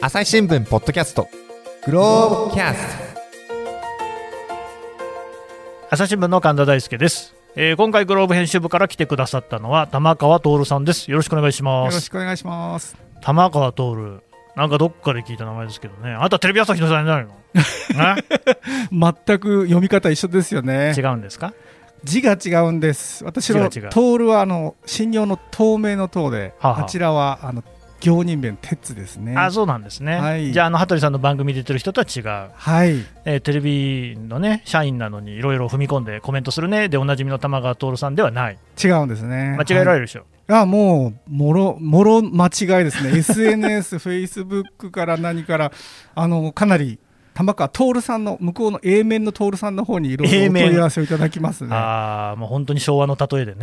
朝日新聞ポッドキャストグローブキャスト朝日新聞の神田大輔です、えー今回グローブ編集部から来てくださったのは玉川徹さんですよろしくお願いしよまろすしくお願いします玉川徹なんかどっかで聞いた名前ですけどねあんたテレビ朝日の世代に なるの、ね、全く読み方一緒ですよね違うんですか字が違うんです私の字が違う徹はあの信用の透明の塔で、はあはああちらはあの行人弁鉄ですねあそうなんですね、はいじゃああの羽鳥さんの番組出てる人とは違う、はいえーテレビのね社員なのにいろいろ踏み込んでコメントするねでおなじみの玉川徹さんではない違うんですね間違えらはれるいでしょ、あもうもろもろ間違いです ね SNS フェイスブックから何からあのかなり玉川徹さんの向こうの A 面の徹さんの方にいろい A ろお面問い合わせをいただきますねああ、もう本当に昭和の例えで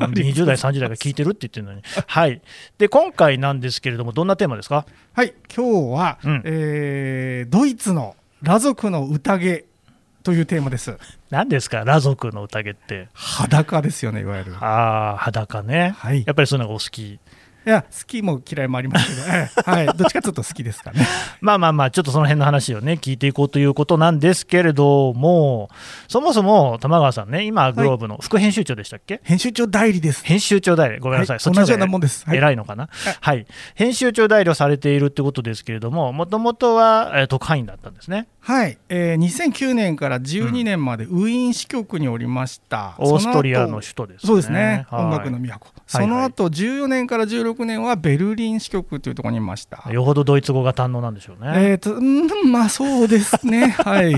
ね、20代、30代が聞いてるって言ってるのに、はい、で今回なんですけれども、どんなテーマですか、はい、今日は、うんえードイツの裸族の宴というテーマです。何ですか、裸族の宴って、裸ですよね、いわゆる。ああ、裸ね、はい。いやっぱりそういうのがお好き、や、好きも嫌いもありますけど、ええはい、どっちかちょっと好きです かね。まあまあまあ、ちょっとその辺の話をね、聞いていこうということなんですけれども、そもそも玉川さんね、今、グローブの副編集長でしたっけ、編集長代理です。編集長代理、ごめんなさい、はいそっちの方が同じようなもんですはい偉いのかな、はい、編集長代理をされているってことですけれども、もともとは、えー特派員だったんですね。はい、えー2009年から12年までウィーン支局におりました。オーストリアのそ首後都ですね。そうですね、はい音楽の都、はそいの後14年から16年はベルリン支局というところにいました。よほどドイツ語が堪能なんでしょうね。えっ、と、うん、まあそうですね、はい。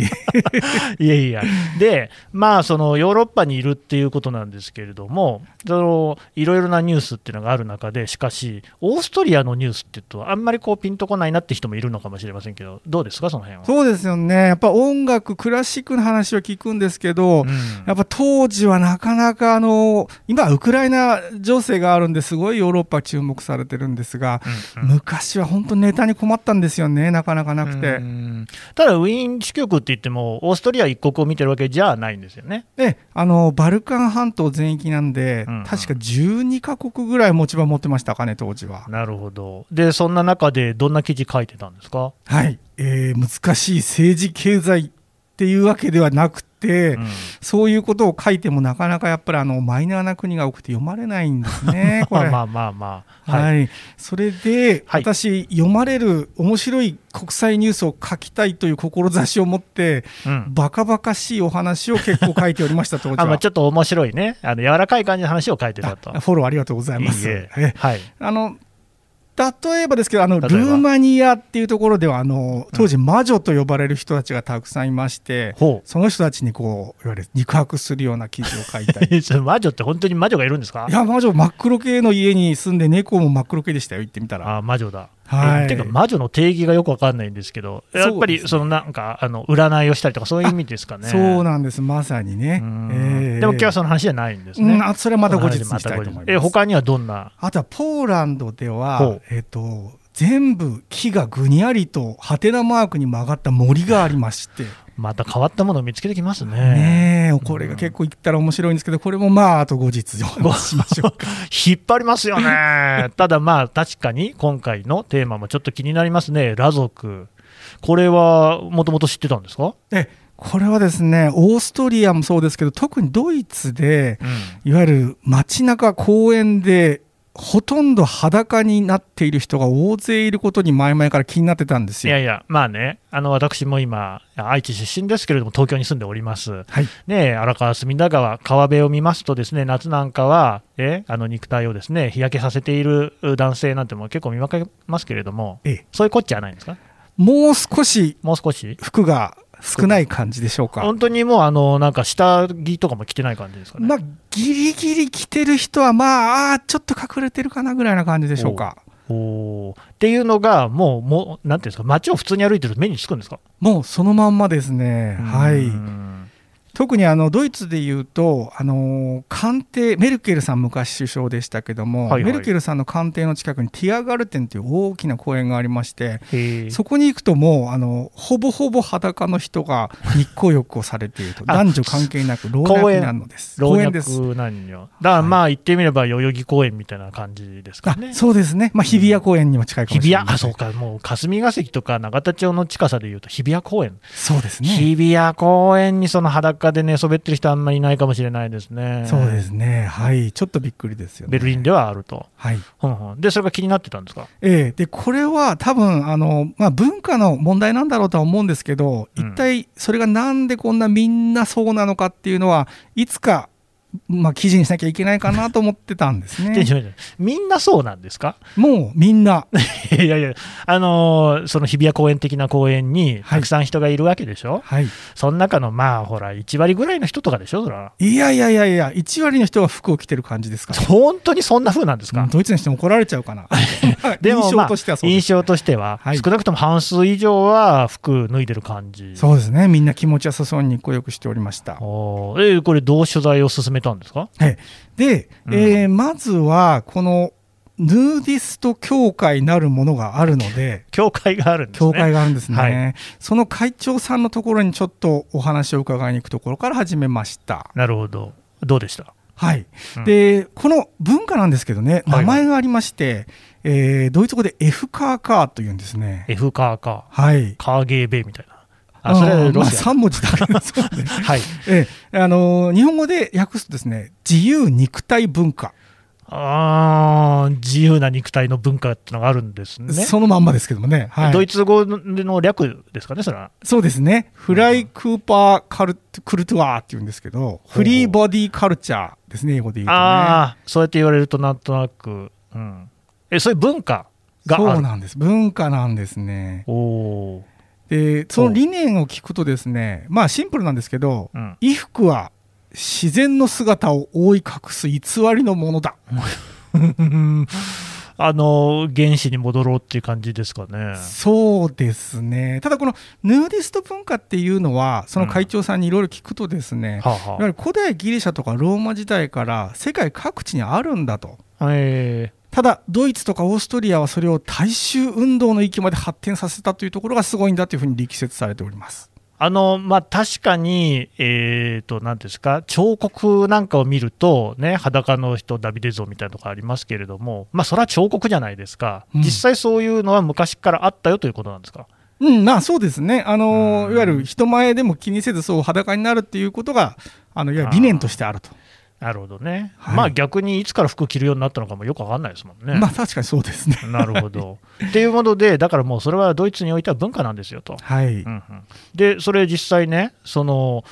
いやいや。で、まあ、そのヨーロッパにいるっていうことなんですけれども、そのいろいろなニュースっていうのがある中で、しかし、オーストリアのニュースっていうと、あんまりこうピンとこないなって人もいるのかもしれませんけど、どうですか、その辺は。そうですよね。やっぱ音楽、クラシックの話を聞くんですけど、うんやっぱ当時はなかなかあの、今ウクライナ情勢があるんですごいヨーロッパ注目されてるんですが、うんうん昔は本当ネタに困ったんですよね、なかなかなくて。うんただ、ウィーン支局って言っても、オーストリア一国を見てるわけじゃないんですよね。で、あの、バルカン半島全域なんで、うんうん確か12カ国ぐらい持ち場持ってましたかね、当時は。なるほど。で、そんな中で、どんな記事書いてたんですか、はい。えー難しい政治経済っていうわけではなくて、うんそういうことを書いてもなかなかやっぱりあのマイナーな国が多くて読まれないんです ね、こまれ。あまあまあまあ。はい、それで、はい私、読まれる面白い国際ニュースを書きたいという志を持って、うんバカバカしいお話を結構書いておりました、当 時あまあ、はち。ょっと面白いね、あの柔らかい感じの話を書いてたと。あフォローありがとうございます。いえいええはい、あの例えばですけどあの例えルばーマニアっていうところではあの当時魔女と呼ばれる人たちがたくさんいまして、ほうその人たちにこういわゆる肉薄するような記事を書いたりその魔女って本当に魔女がいるんですかいや、魔女、真っ黒系の家に住んで、猫も真っ黒系でしたよ、行ってみたら。あ魔女だ。はいえてか、魔女の定義がよくわかんないんですけど、やっぱそうですりねそのなんか、あの占いをしたりとか、そういう意味ですかね。そうなんです、まさにね。うんええでも今日はその話じゃないんですね。うんあそれはまた後日にしたいと思いこの話でた後ます。日え他にはどんな、あとはポーランドでほはう、えっ、と、全部木がぐにゃりとハテナマークに曲がった森がありまして、また変わったものを見つけてきますね。ねえ、これが結構行ったら面白いんですけど、これもまあ、あと 後日お話 ししましょうか。引っ張りますよ ね。ただまあ、確かに今回のテーマもちょっと気になりますね、裸族。これはもともと知ってたんですか、えこれはですね、オーストリアもそうですけど、特にドイツで、いわゆる街中公園でほとんど裸になっている人が大勢いることに前々から気になってたんですいよ。やいや、まあね、あの私も今、愛知出身ですけれども、東京に住んでおります。はい、ねえ、荒川、隅田川、川辺を見ますと、ですね夏なんかは、えあの肉体をですね日焼けさせている男性なんてもう結構見分けますけれども、ええそういうこっちゃないんですか、もう少しもう少し、服が少ない感じでしょうか。本当にもうあの、なんか下着とかも着てない感じですかね。まあ、ギリギリ着てる人は、まあ、あーちょっと隠れてるかなぐらいな感じでしょうか。おーっていうのが、もう、もうなんていうんですか、街を普通に歩いてると目につくんですか。もうそのまんまですね。はうい。ん特にあのドイツでいうとあの官邸メルケルさん昔首相でしたけどはも、いはいメルケルさんの官邸の近くにティアガルテンという大きな公園がありましてへえそこに行くともうあのほぼほぼ裸の人が日光浴をされているとあ男女関係なく老公若園男女です老公園若です男女だからまあ言ってみれば代々木公園みたいな感じですかあね。そうですね、まあ、日比谷公園にも近いか日もし比れない谷あそうかもう霞が関とか永田町の近さでいうと日比谷公園、そうですね日比谷公園にその裸で寝そべってる人あんまりいないかもしれないですねそうですねはいちょっとびっくりですよねベルリンではあると、はいほんほんでそれが気になってたんですかええ、でこれは多分あの、まあ、文化の問題なんだろうとは思うんですけど、うん一体それがなんでこんなみんなそうなのかっていうのはいつか、まあ、記事にしなきゃいけないかなと思ってたんです テンシねョン上がるみんなそうなんですか もうみんないやいや、あのーその日比谷公園的な公園にはいたくさん人がいるわけでしょ、はいその中のまあほら、1割ぐらいの人とかでしょ、そら。いやいやいやいや1割の人が服を着てる感じですから本当にそんな風なんですか、うんドイツの人も怒られちゃうかな でも、印ま象あとしては、そうで印す、象としては、はい少なくとも半数以上は服脱いでる感じ。そうですねみんな気持ちよさそうに日光浴しておりましたおーえこれ、どう取材を進めたんですかで、うんえーまずはこのヌーディスト協会なるものがあるので教会があるんですね。協会があるんですね、はいその会長さんのところにちょっとお話を伺いに行くところから始めました、なるほど。どうでしたはいうんでこの文化なんですけどねはいは名い前がありまして、えードイツ語でエフカーカーというんですね ?F カーか、はいカーゲーベイみたいな。あ、それはうんまロあ、シア。 3文字だけですよ ねはい。ええあのー日本語で訳すとですね自由肉体文化、あー自由な肉体の文化ってのがあるんですね。そのまんまですけどもね、はい、ドイツ語の略ですかね、それは。そうですね。フライ・クーパー・カルトクルトワーって言うんですけど、フリーボディカルチャーですね、英語で言うとね。ああ、そうやって言われるとなんとなく。うん、え、そういう文化があそうる。なんです。文化なんですね。おおで、その理念を聞くとですね、まあシンプルなんですけど、ー。うん。衣服は自然の姿を覆い隠す偽りのものだ。あの、原始に戻ろうっていう感じですかね。そうですね。ただこのヌーディスト文化っていうのは、その会長さんにいろいろ聞くとですね、はあいわはゆる古代ギリシャとかローマ時代から世界各地にあるんだと。あ。えただドイツとかオーストリアはそれを大衆運動の域まで発展させたというところがすごいんだというふうに力説されております。あの、まあ、確かに、えっ、と、なんですか、彫刻なんかを見ると、ね、裸の人、ダビデ像みたいなとこありますけれども、まあ、それは彫刻じゃないですか。うん実際そういうのは昔からあったよということなんですか。うん、まあそうですね。あのうんいわゆる人前でも気にせずそう裸になるっていうことがあのいわゆる理念としてあると。なるほどね、はいまあ逆にいつから服着るようになったのかもよくわかんないですもんね。まあ確かにそうですね。なるほど。っていうもので、だからもうそれはドイツにおいては文化なんですよと。はい。うんうんで、それ実際ね、その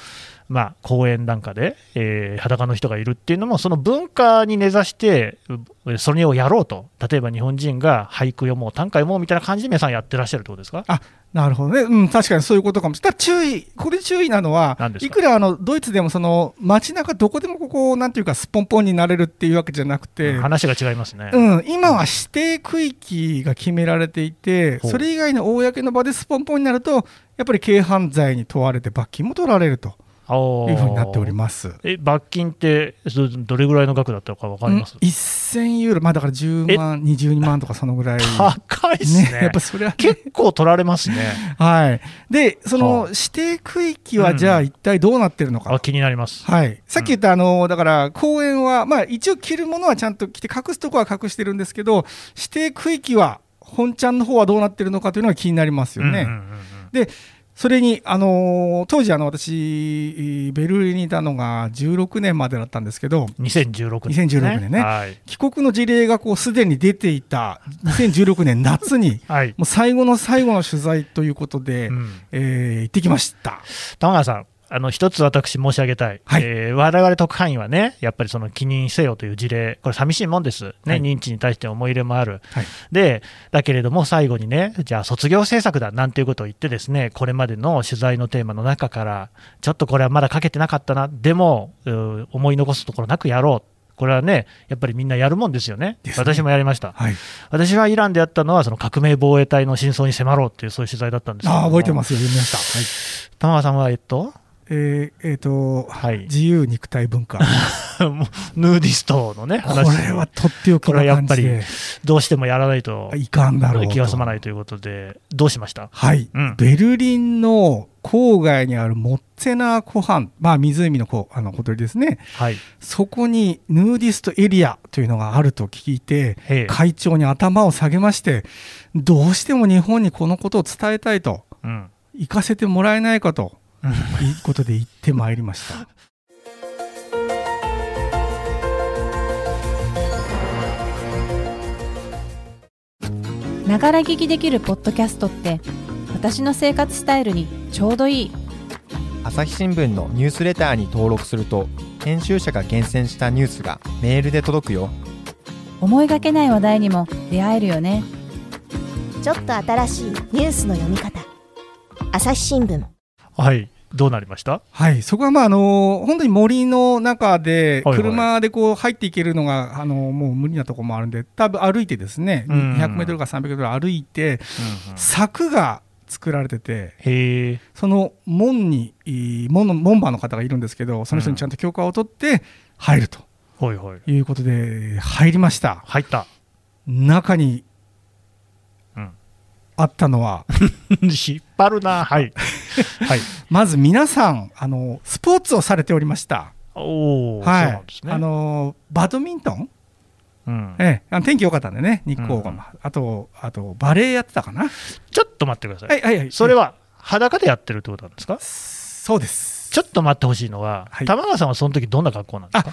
まあ、公園なんかで、えー裸の人がいるっていうのも、その文化に根ざして、うそれをやろうと、例えば日本人が俳句読もう、短歌読もうみたいな感じで皆さんやってらっしゃるってことですかなるほどね。うん、確かにそういうことかもしれない。ただ注意、ここで注意なのは何で、すかいくらあのドイツでもその街中どこでもここ、なんていうかスポンポンになれるっていうわけじゃなくて、話が違いますね。うん、今は指定区域が決められていて、ほうそれ以外の公の場でスポンポンになると、やっぱり軽犯罪に問われて罰金も取られるとおーいうふうになっております。え罰金ってどどれぐらいの額だったのか分かります、うん1000ユーロ、まあ、だから10万、22万とかそのぐらい。高いですねね、やっぱそれは、結構取られますね。はい。で、そはあの指定区域はじゃうあん一体どうなってるのか。あ気になります。はい、さっき言った、あのだから公園は、まあ、一応着るものはちゃんと着て隠すとこは隠してるんですけど指定区域は本ちゃんの方はどうなってるのかというのが気になりますよね。うんうんうんうんそれに、あのー当時あの私ベルリンにいたのが16年までだったんですけど2016年、 2016年ねはい。帰国の事例がこうすでに出ていた2016年夏に はい。もう最後の最後の取材ということで、うんえー行ってきました。玉川さん、あの一つ私申し上げたい、はいえー我々特派員はね、やっぱりその記任せよという事例、これ、寂しいもんです、ねはい認知に対して思い入れもある、はいで、だけれども最後にね、じゃあ卒業政策だなんていうことを言って、ですねこれまでの取材のテーマの中から、ちょっとこれはまだ書けてなかったな、でも、うー思い残すところなくやろう。これはね、やっぱりみんなやるもんですよね。ですね私もやりました。はい、私はイランでやったのは、その革命防衛隊の真相に迫ろうっていう、そういう取材だったんですけどあもー覚えてますよ、読みました。はい玉川さんは、えっと、ええーえーとはい自由肉体文化 こもうヌーディストのね、話れはとっておきこれはなやっ感ぱじりでどうしてもやらないといかんだろうと気が済まないということで、どうしましたはい、うんベルリンの郊外にあるモッツェナー湖畔、まあ、湖のこうあのほとりですねはい。そこにヌーディストエリアというのがあると聞いてへえ会長に頭を下げましてどうしても日本にこのことを伝えたいとうん。行かせてもらえないかとうんいうことで行ってまいりましたながら聞きできるポッドキャストって私の生活スタイルにちょうどいい朝日新聞のニュースレターに登録すると編集者が厳選したニュースがメールで届くよ思いがけない話題にも出会えるよねちょっと新しいニュースの読み方朝日新聞はい。どうなりましたはいそこはまああの本当に森の中ではいはい車でこう入っていけるのがあのもう無理なところもあるんで多分歩いてですねうん 200m か 300m 歩いて柵が作られててへえ。その門にえー門の門番の方がいるんですけどその人にちゃんと許可を取って入るとはいはい。いうことで入りました入った。中にうん あったのは、引っ張るな。 はい。はい。まず皆さんあのスポーツをされておりました、おお、はそういなんですね。あのバドミントン、うん、ええ、あの天気良かったんでね日光が、うんあとあとバレエやってたかな、ちょっと待ってください。はいはいはいそれは裸でやってるってことなんですかそうですちょっと待ってほしいのは、はい玉川さんはその時どんな格好なんですか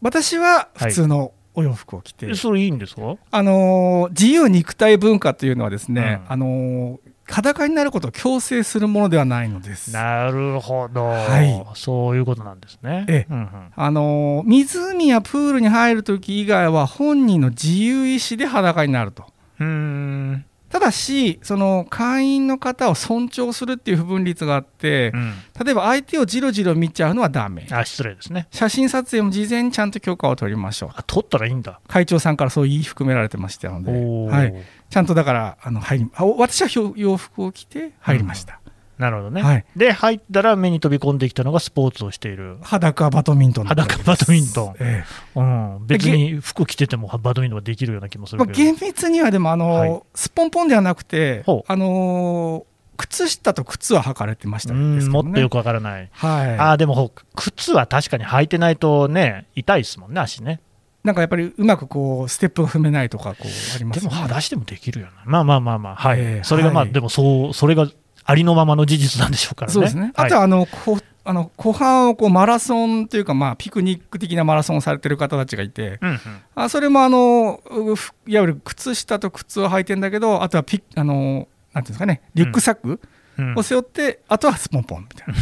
私は普通のお洋服を着て、えそれいいんですかあのー自由肉体文化というのはですね、うんあのー裸になることを強制するものではないのですなるほど、はいそういうことなんですね。ええうんうんあのー湖やプールに入るとき以外は本人の自由意志で裸になるとうーんただしその会員の方を尊重するっていう不分率があってうん例えば相手をじろじろ見ちゃうのはダメあ失礼ですね。写真撮影も事前にちゃんと許可を取りましょうあ取ったらいいんだ。会長さんからそう言い含められてましたので、おーはい、ちゃんとだからあの入りあお私はひょ洋服を着て入りました、なるほどね、はいで、入ったら目に飛び込んできたのがスポーツをしている。裸バドミントンだったわけ裸バドミントンですええうん、別に服着ててもバドミントンができるような気もすまるあ、けど。厳密にはでもあの、はいスポンポンではなくてほう、あのー靴下と靴は履かれてましたうんですけもど、ね、っとよくわからない。あはあでもほう靴は確かに履いてないとね痛いですもんね足ねい、なんかやっぱりうまくこうステップが踏めないとかこうありますでよもね裸足でもできるよなまあまあまあまあはい、ええそれがまあ、はいでもそうそれがありのままの事実なんでしょうからねそうですね、はいあとはあのこあの湖畔をこうマラソンというか、まあ、ピクニック的なマラソンをされてる方たちがいて、うんうんあそれもあのうふいわゆる靴下と靴を履いてんだけどあとはピあのなんていうんですかねリュックサックうんを背負って、あとはスポンポンみたい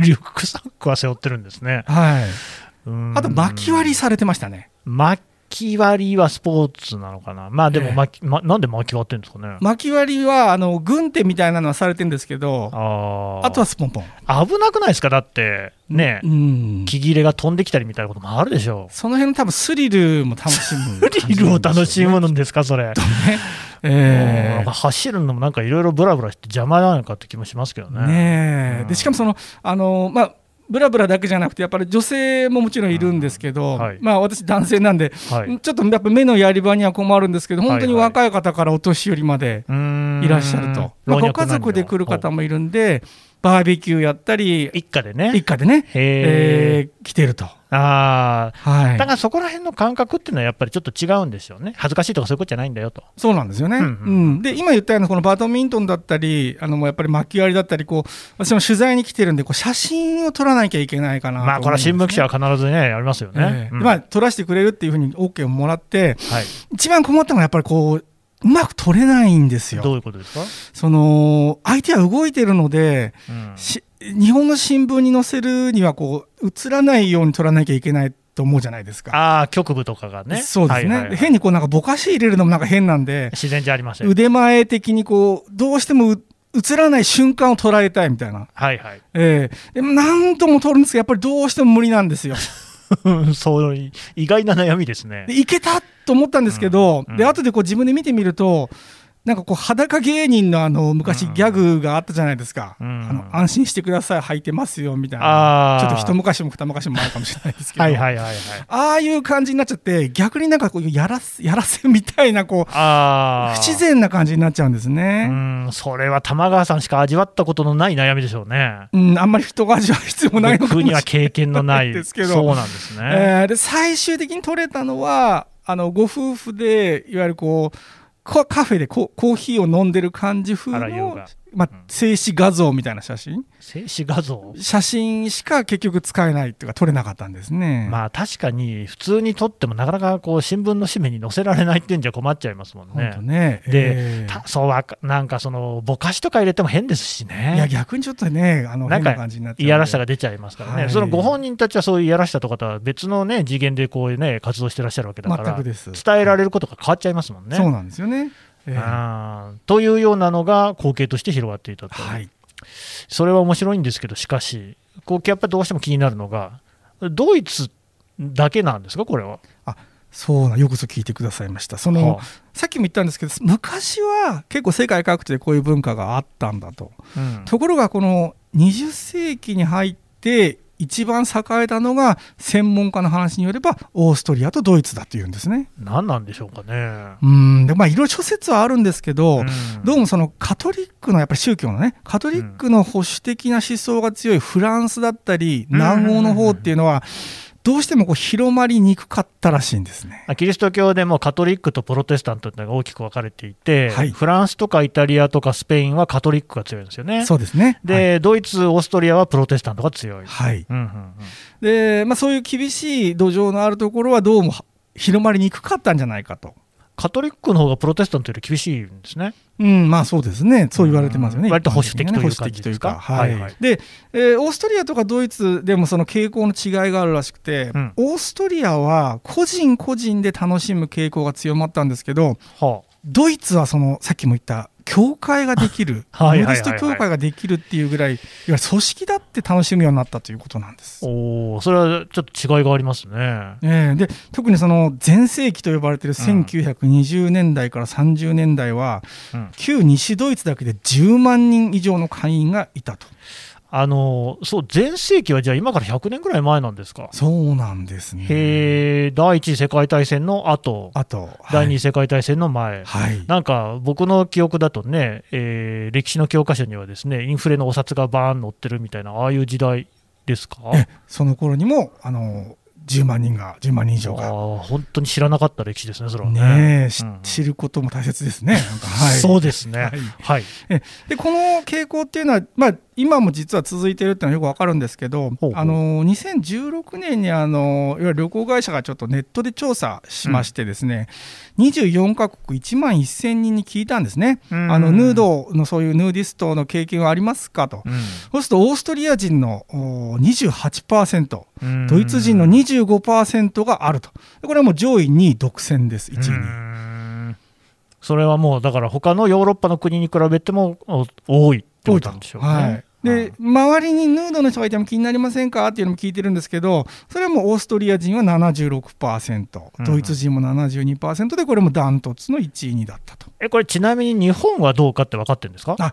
な、リュックサックは背負ってるんですねはい、うんあと巻き割りされてましたね。巻き割りはスポーツなのかなまあでえもえ巻き、ま、なんで巻き割ってるんですかね、巻き割りはあの軍手みたいなのはされてるんですけどああとはスポンポン、は危なくないですかだってね、うん、木切れが飛んできたりみたいなこともあるでしょうその辺の多分スリルも楽しむ感じなんでしょうね、リルを楽しむんですか それうんなえんか走るのもなんかいろいろブラブラして邪魔なのかって気もしますけどえね。ねえうんでしかもそのあのまあブラブラだけじゃなくてやっぱり女性ももちろんいるんですけど、うんはいまあ私男性なんで、はい、ちょっとやっぱ目のやり場には困るんですけどはいはい本当に若い方からお年寄りまでいらっしゃると、まあ、ご家族で来る方ももいるんでバーベキューやったり一家でね。一家でね、へええー来てると。ああ。はい、だからそこら辺の感覚っていうのはやっぱりちょっと違うんですよね。恥ずかしいとかそういうことじゃないんだよと。そうなんですよね、ううんんうんで今言ったようなこのバドミントンだったりあのもうやっぱり巻き割りだったりこう私も取材に来てるんでこう写真を撮らなきゃいけないかなとまあこれは新聞記者はは必ずね、やりますよね。うんまあ、撮らせてくれるっていうふうに OK をもらってはい。一番困ったのはやっぱりこううまく撮れないんですどうよいうことですか、その相手は動いてるのでうんし日本の新聞に載せるにはこう映らないように撮らなきゃいけないと思うじゃないですか。ああ、局部とかがね。そうですね、はいはいはい変にこうなんかぼかし入れるのもなんか変なんで、自然じゃありません。腕前的にこうどうしてもう映らない瞬間を捉えたいみたいな、はいはい。 ええでも何度も撮るんですけどやっぱりどうしても無理なんですよ。そういう意外な悩みですねで。いけたと思ったんですけど、うんうんで後でこう自分で見てみるとなんかこう裸芸人のあの昔うんギャグがあったじゃないですか、うんあの安心してください履いてますよみたいあなーちょっと一昔も二昔もあるかもしれないですけどはいはいはいはい。ああいう感じになっちゃって逆になんかこうやらせやらせみたいなこうああ。不自然な感じになっちゃうんですうね、ん、それは玉川さんしか味わったことのない悩みでしょうね。うんあんまり人が味わう必要もないのかも僕しれになはい経験のない。ですけどそうなんですね。えーで最終的に取れたのはあのご夫婦でいわゆるこうこカフェでココーヒーを飲んでる感じ風あら優の雅、まあうん、静止画像みたいな写真静止画像。写真しか結局使えないっていうか撮れなかったんですね、まあ確かに普通に撮ってもなかなかこう新聞の紙面に載せられないってんじゃ困っちゃいますもん本ね当。ねでえーたそうわかなんかそのぼかしとか入れても変ですしね。いや逆にちょっとねあのなん変かな感じになっちゃうんでいやらしさが出ちゃいますからね、はいそのご本人たちはそういういやらしさとかとは別の、ね、次元でこう、ね、活動してらっしゃるわけだから、全くです伝えられることが変わっちゃいますもんね。そうなんですよね、えーあーというようなのが光景として広がっていたと、はいそれは面白いんですけど、しかし、光景やっぱりどうしても気になるのが、ドイツだけなんですか、これは。そうなんよくぞ聞いてくださいましたその、はさっきも言ったんですけど昔は結構世界各地でこういう文化があったんだとあうんところがこの20世紀に入って一番栄えたのが専門家の話によればオーストリアとドイツだっていうんですね。何なんでしょうかね。うんでまあいろいろ諸説はあるんですけど、んどうもそのカトリックのやっぱり宗教のねカトリックの保守的な思想が強いフランスだったりうん南欧の方っていうのはどうしてもこう広まりにくかったらしいんですね。あキリスト教でもカトリックとプロテスタントっていうのが大きく分かれていて、はいフランスとかイタリアとかスペインはカトリックが強いんですよね。そうですねで、ドイツ、オーストリアはプロテスタントが強い。はい、はいうんうんうんでまあ、そういう厳しい土壌のあるところはどうも広まりにくかったんじゃないかと。カトリックの方がプロテスタントより厳しいんですね。うん、まあそうですね、そう言われてますようね、ん割と一般にね保守的という感じですか保守的はというはいいはいで、えーオーストリアとかドイツでもその傾向の違いがあるらしくて、うんオーストリアは個人個人で楽しむ傾向が強まったんですけど、はドイツはそのさっきも言った、教会ができる、はいはいユはいーはいリスト教会ができるっていうぐらい、いわゆる組織だって楽しむようになったということなんですあ、。おお、それはちょっと違いがありますね。ええで特にその全盛期と呼ばれている1920年代から30年代は、うん旧西ドイツだけで10万人以上の会員がいたとあのそう全盛期はじゃあ今から100年ぐらい前なんですか。そうなんですねへえ、第一次世界大戦の後、あと第二次世界大戦の前。はい、はいなんか僕の記憶だとね、えー歴史の教科書にはですねインフレのお札がバーン載ってるみたいな、ああいう時代ですか、えその頃にもあの10万人が10万人以あ上がー本当に知らなかった歴史ですね、それはね。ねえ、しうんうん知ることも大切ですねなんかはいそうですね、ははいいでこの傾向っていうのは、まあ、今も実は続いてるっていうのはよくわかるんですけどほうほうあの2016年にあのいわゆる旅行会社がちょっとネットで調査しましてですね、24カ国1万1000人に聞いたんですね、うんあのヌードのそういうヌーディストの経験はありますかと。そうするとオーストリア人のおー28%、うんドイツ人の25%があると、これはもう上位2位独占です、1う位に。んそれはもう、だから他のヨーロッパの国に比べてもお多いってことなんでしょうね。はい、で、周りにヌードの人がいても気になりませんかっていうのも聞いてるんですけどそれはもうオーストリア人はう76%んドイツ人も72%でこれもダントツの1位にだったとえこれ、ちなみに日本はどうかって分かってるんですかあ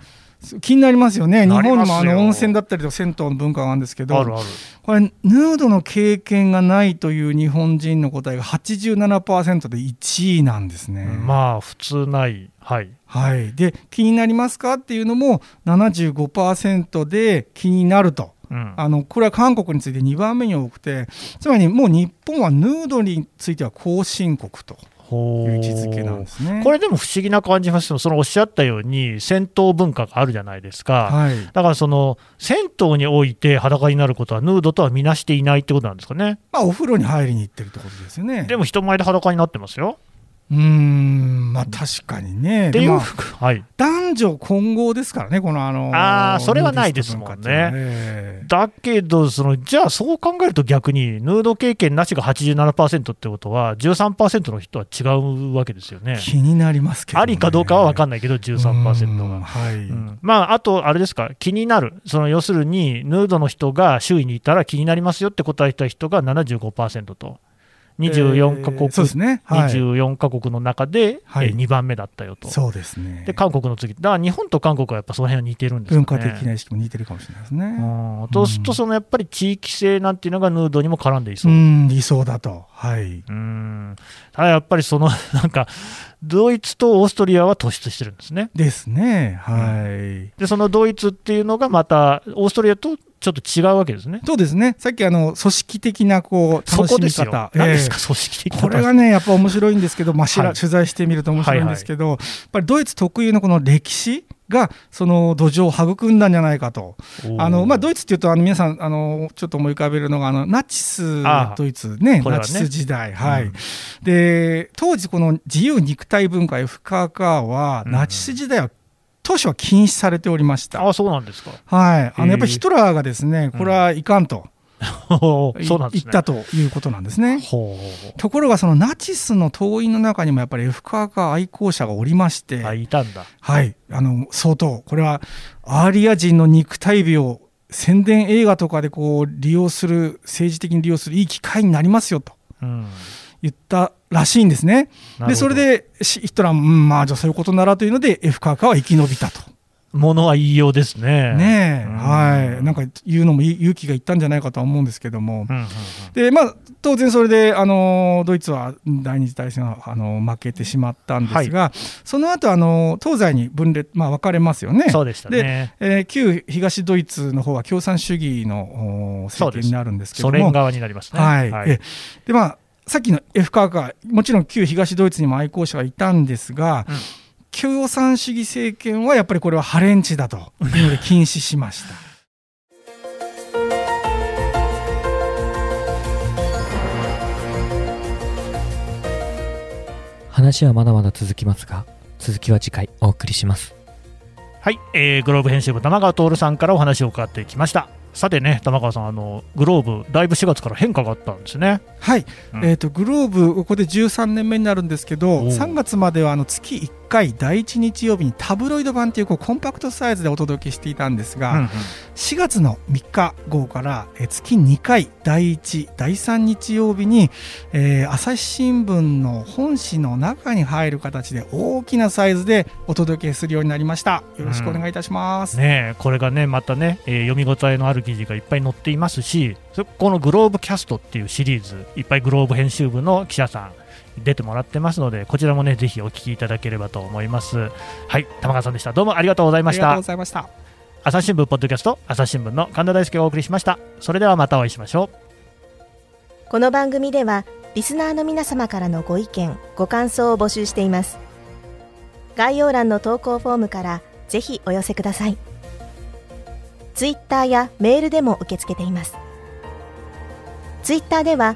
気になりますよね日なり本まにすよもあの温泉だったりとか銭湯の文化があるんですけあるどある。これヌードの経験がないという日本人の答えが87%で1位なんですね。まあ、普通ない。はい。はい、で気になりますかっていうのも75%で気になると。うんあのこれは韓国について2番目に多くてつまりもう日本はヌードについては後進国とほいうう位置づけなんですね。これでも不思議な感じがしますそのおっしゃったように戦闘文化があるじゃないですか、はい、だからその銭湯において裸になることはヌードとは見なしていないってことなんですかね、まあ、お風呂に入りに行ってるってことですよね。でも人前で裸になってますよ。うーんまあ確かにねっていでう、まあはい、男女混合ですからねこのあのあーそれはないですもんねヌーディスト文化っていうのはええだけどその、じゃあそう考えると逆に、ヌード経験なしが87%ってことは、13%の人は違うわけですよね。気になりますけどね、ありかどうかは分かんんないけど、13%が。はい、うんまあ、あと、あれですか、気になる、その要するに、ヌードの人が周囲にいたら気になりますよって答えた人が75%と24カ国、えーそうですね、はい、 24カ国の中で、はえい2番目だったよと。そうですねで韓国の次、だから日本と韓国はやっぱその辺は似てるんですよ文ね。化的な意識も似てるかもしれないですね。うんとすると、そのやっぱり地域性なんていうのがヌードにも絡んでいそうう。ん、理想だと、はい、うん、ただやっぱりその なんか、ドイツとオーストリアは突出してるんですね。ですね、はい。で、そのドイツっていうのがまた、オーストリアとちょっと違うわけですね。そうですね、さっきあの組織的なこうそ楽しこでみすよ。方、何ですえか、組織的えなこれがね、やっぱ面白いんですけど、まあしらはい取材してみると面白いんですけど、やっぱりドイツ特有のこの歴史が、その土壌を育んだんじゃないかと、あのまあ、ドイイツっていうと、あの皆さんあの、ちょっと思い浮かべるのが、あのナチスああ、ドイツね、これはねナチス時代、はういんで当時、この自由肉体文化、FKK は、うんナチス時代は当初は禁止されておりました。ああ、そうなんですか。 はい、あへえのやっぱりヒトラーがですね、これはいかんと、そういなんで言っすね。たということなんですね。ほうほうほところがそのナチスの党員の中にもやっぱり FKK 愛好者がおりまして、うはあ、い、いたんだ。あの相当これはアーリア人の肉体美を宣伝映画とかでこう利用する政治的に利用するいい機会になりますよとうん。言ったらしいんですね。なるほでどそれでしヒトラーも、うん、まあじゃあそういうことならというので FKK は生き延びたと。ものは言いようですね。ねえ、うんはい、なんか言うのもい勇気がいったんじゃないかとは思うんですけども。うんうんうんでまあ、当然それで、あのドイツは第二次大戦はあの負けてしまったんですが、その後あの東西に分裂、まあ、分かれますよね。そうでしたね。えー旧東ドイツの方は共産主義のおそう政で権すになるんですけどソも連側になりますね。はいえでまあ、さっきの F カーカーもちろん旧東ドイツにも愛好者がいたんですが、うん共産主義政権はやっぱりこれはハレンチだというので禁止しました。話はまだまだ続きますが続きは次回お送りしますはい、えーグローブ編集部玉川徹さんからお話を伺ってきました。さてね、玉川さん、あのグローブ、だいぶ4月から変化があったんですね。はい、うんえー、とグローブ、ここで13年目になるんですけど、おう3月まではあの月1回、第1日曜日にタブロイド版というこうコンパクトサイズでお届けしていたんですが、うんうん4月の3日号から、えー月2回、第1、第3日曜日に、えー朝日新聞の本誌の中に入る形で、大きなサイズでお届けするようになりました。よろしくお願いいたします。ねえこれがね、またね、えー読み応えのある記事がいっぱい載っていますし、そこのグローブキャストっていうシリーズ、いっぱいグローブ編集部の記者さん、出てもらってますので、こちらもね、ぜひお聞きいただければと思います。はい、玉川さんでした。どうもありがとうございあまりしがたとうご。ざいました。朝日新聞ポッドキャスト、朝日新聞の神田大輔がお送りしました。それではまたお会いしましょう。この番組ではリスナーの皆様からのご意見ご感想を募集しています概要欄の投稿フォームからぜひお寄せくださいツイッターやメールでも受け付けていますツイッターでは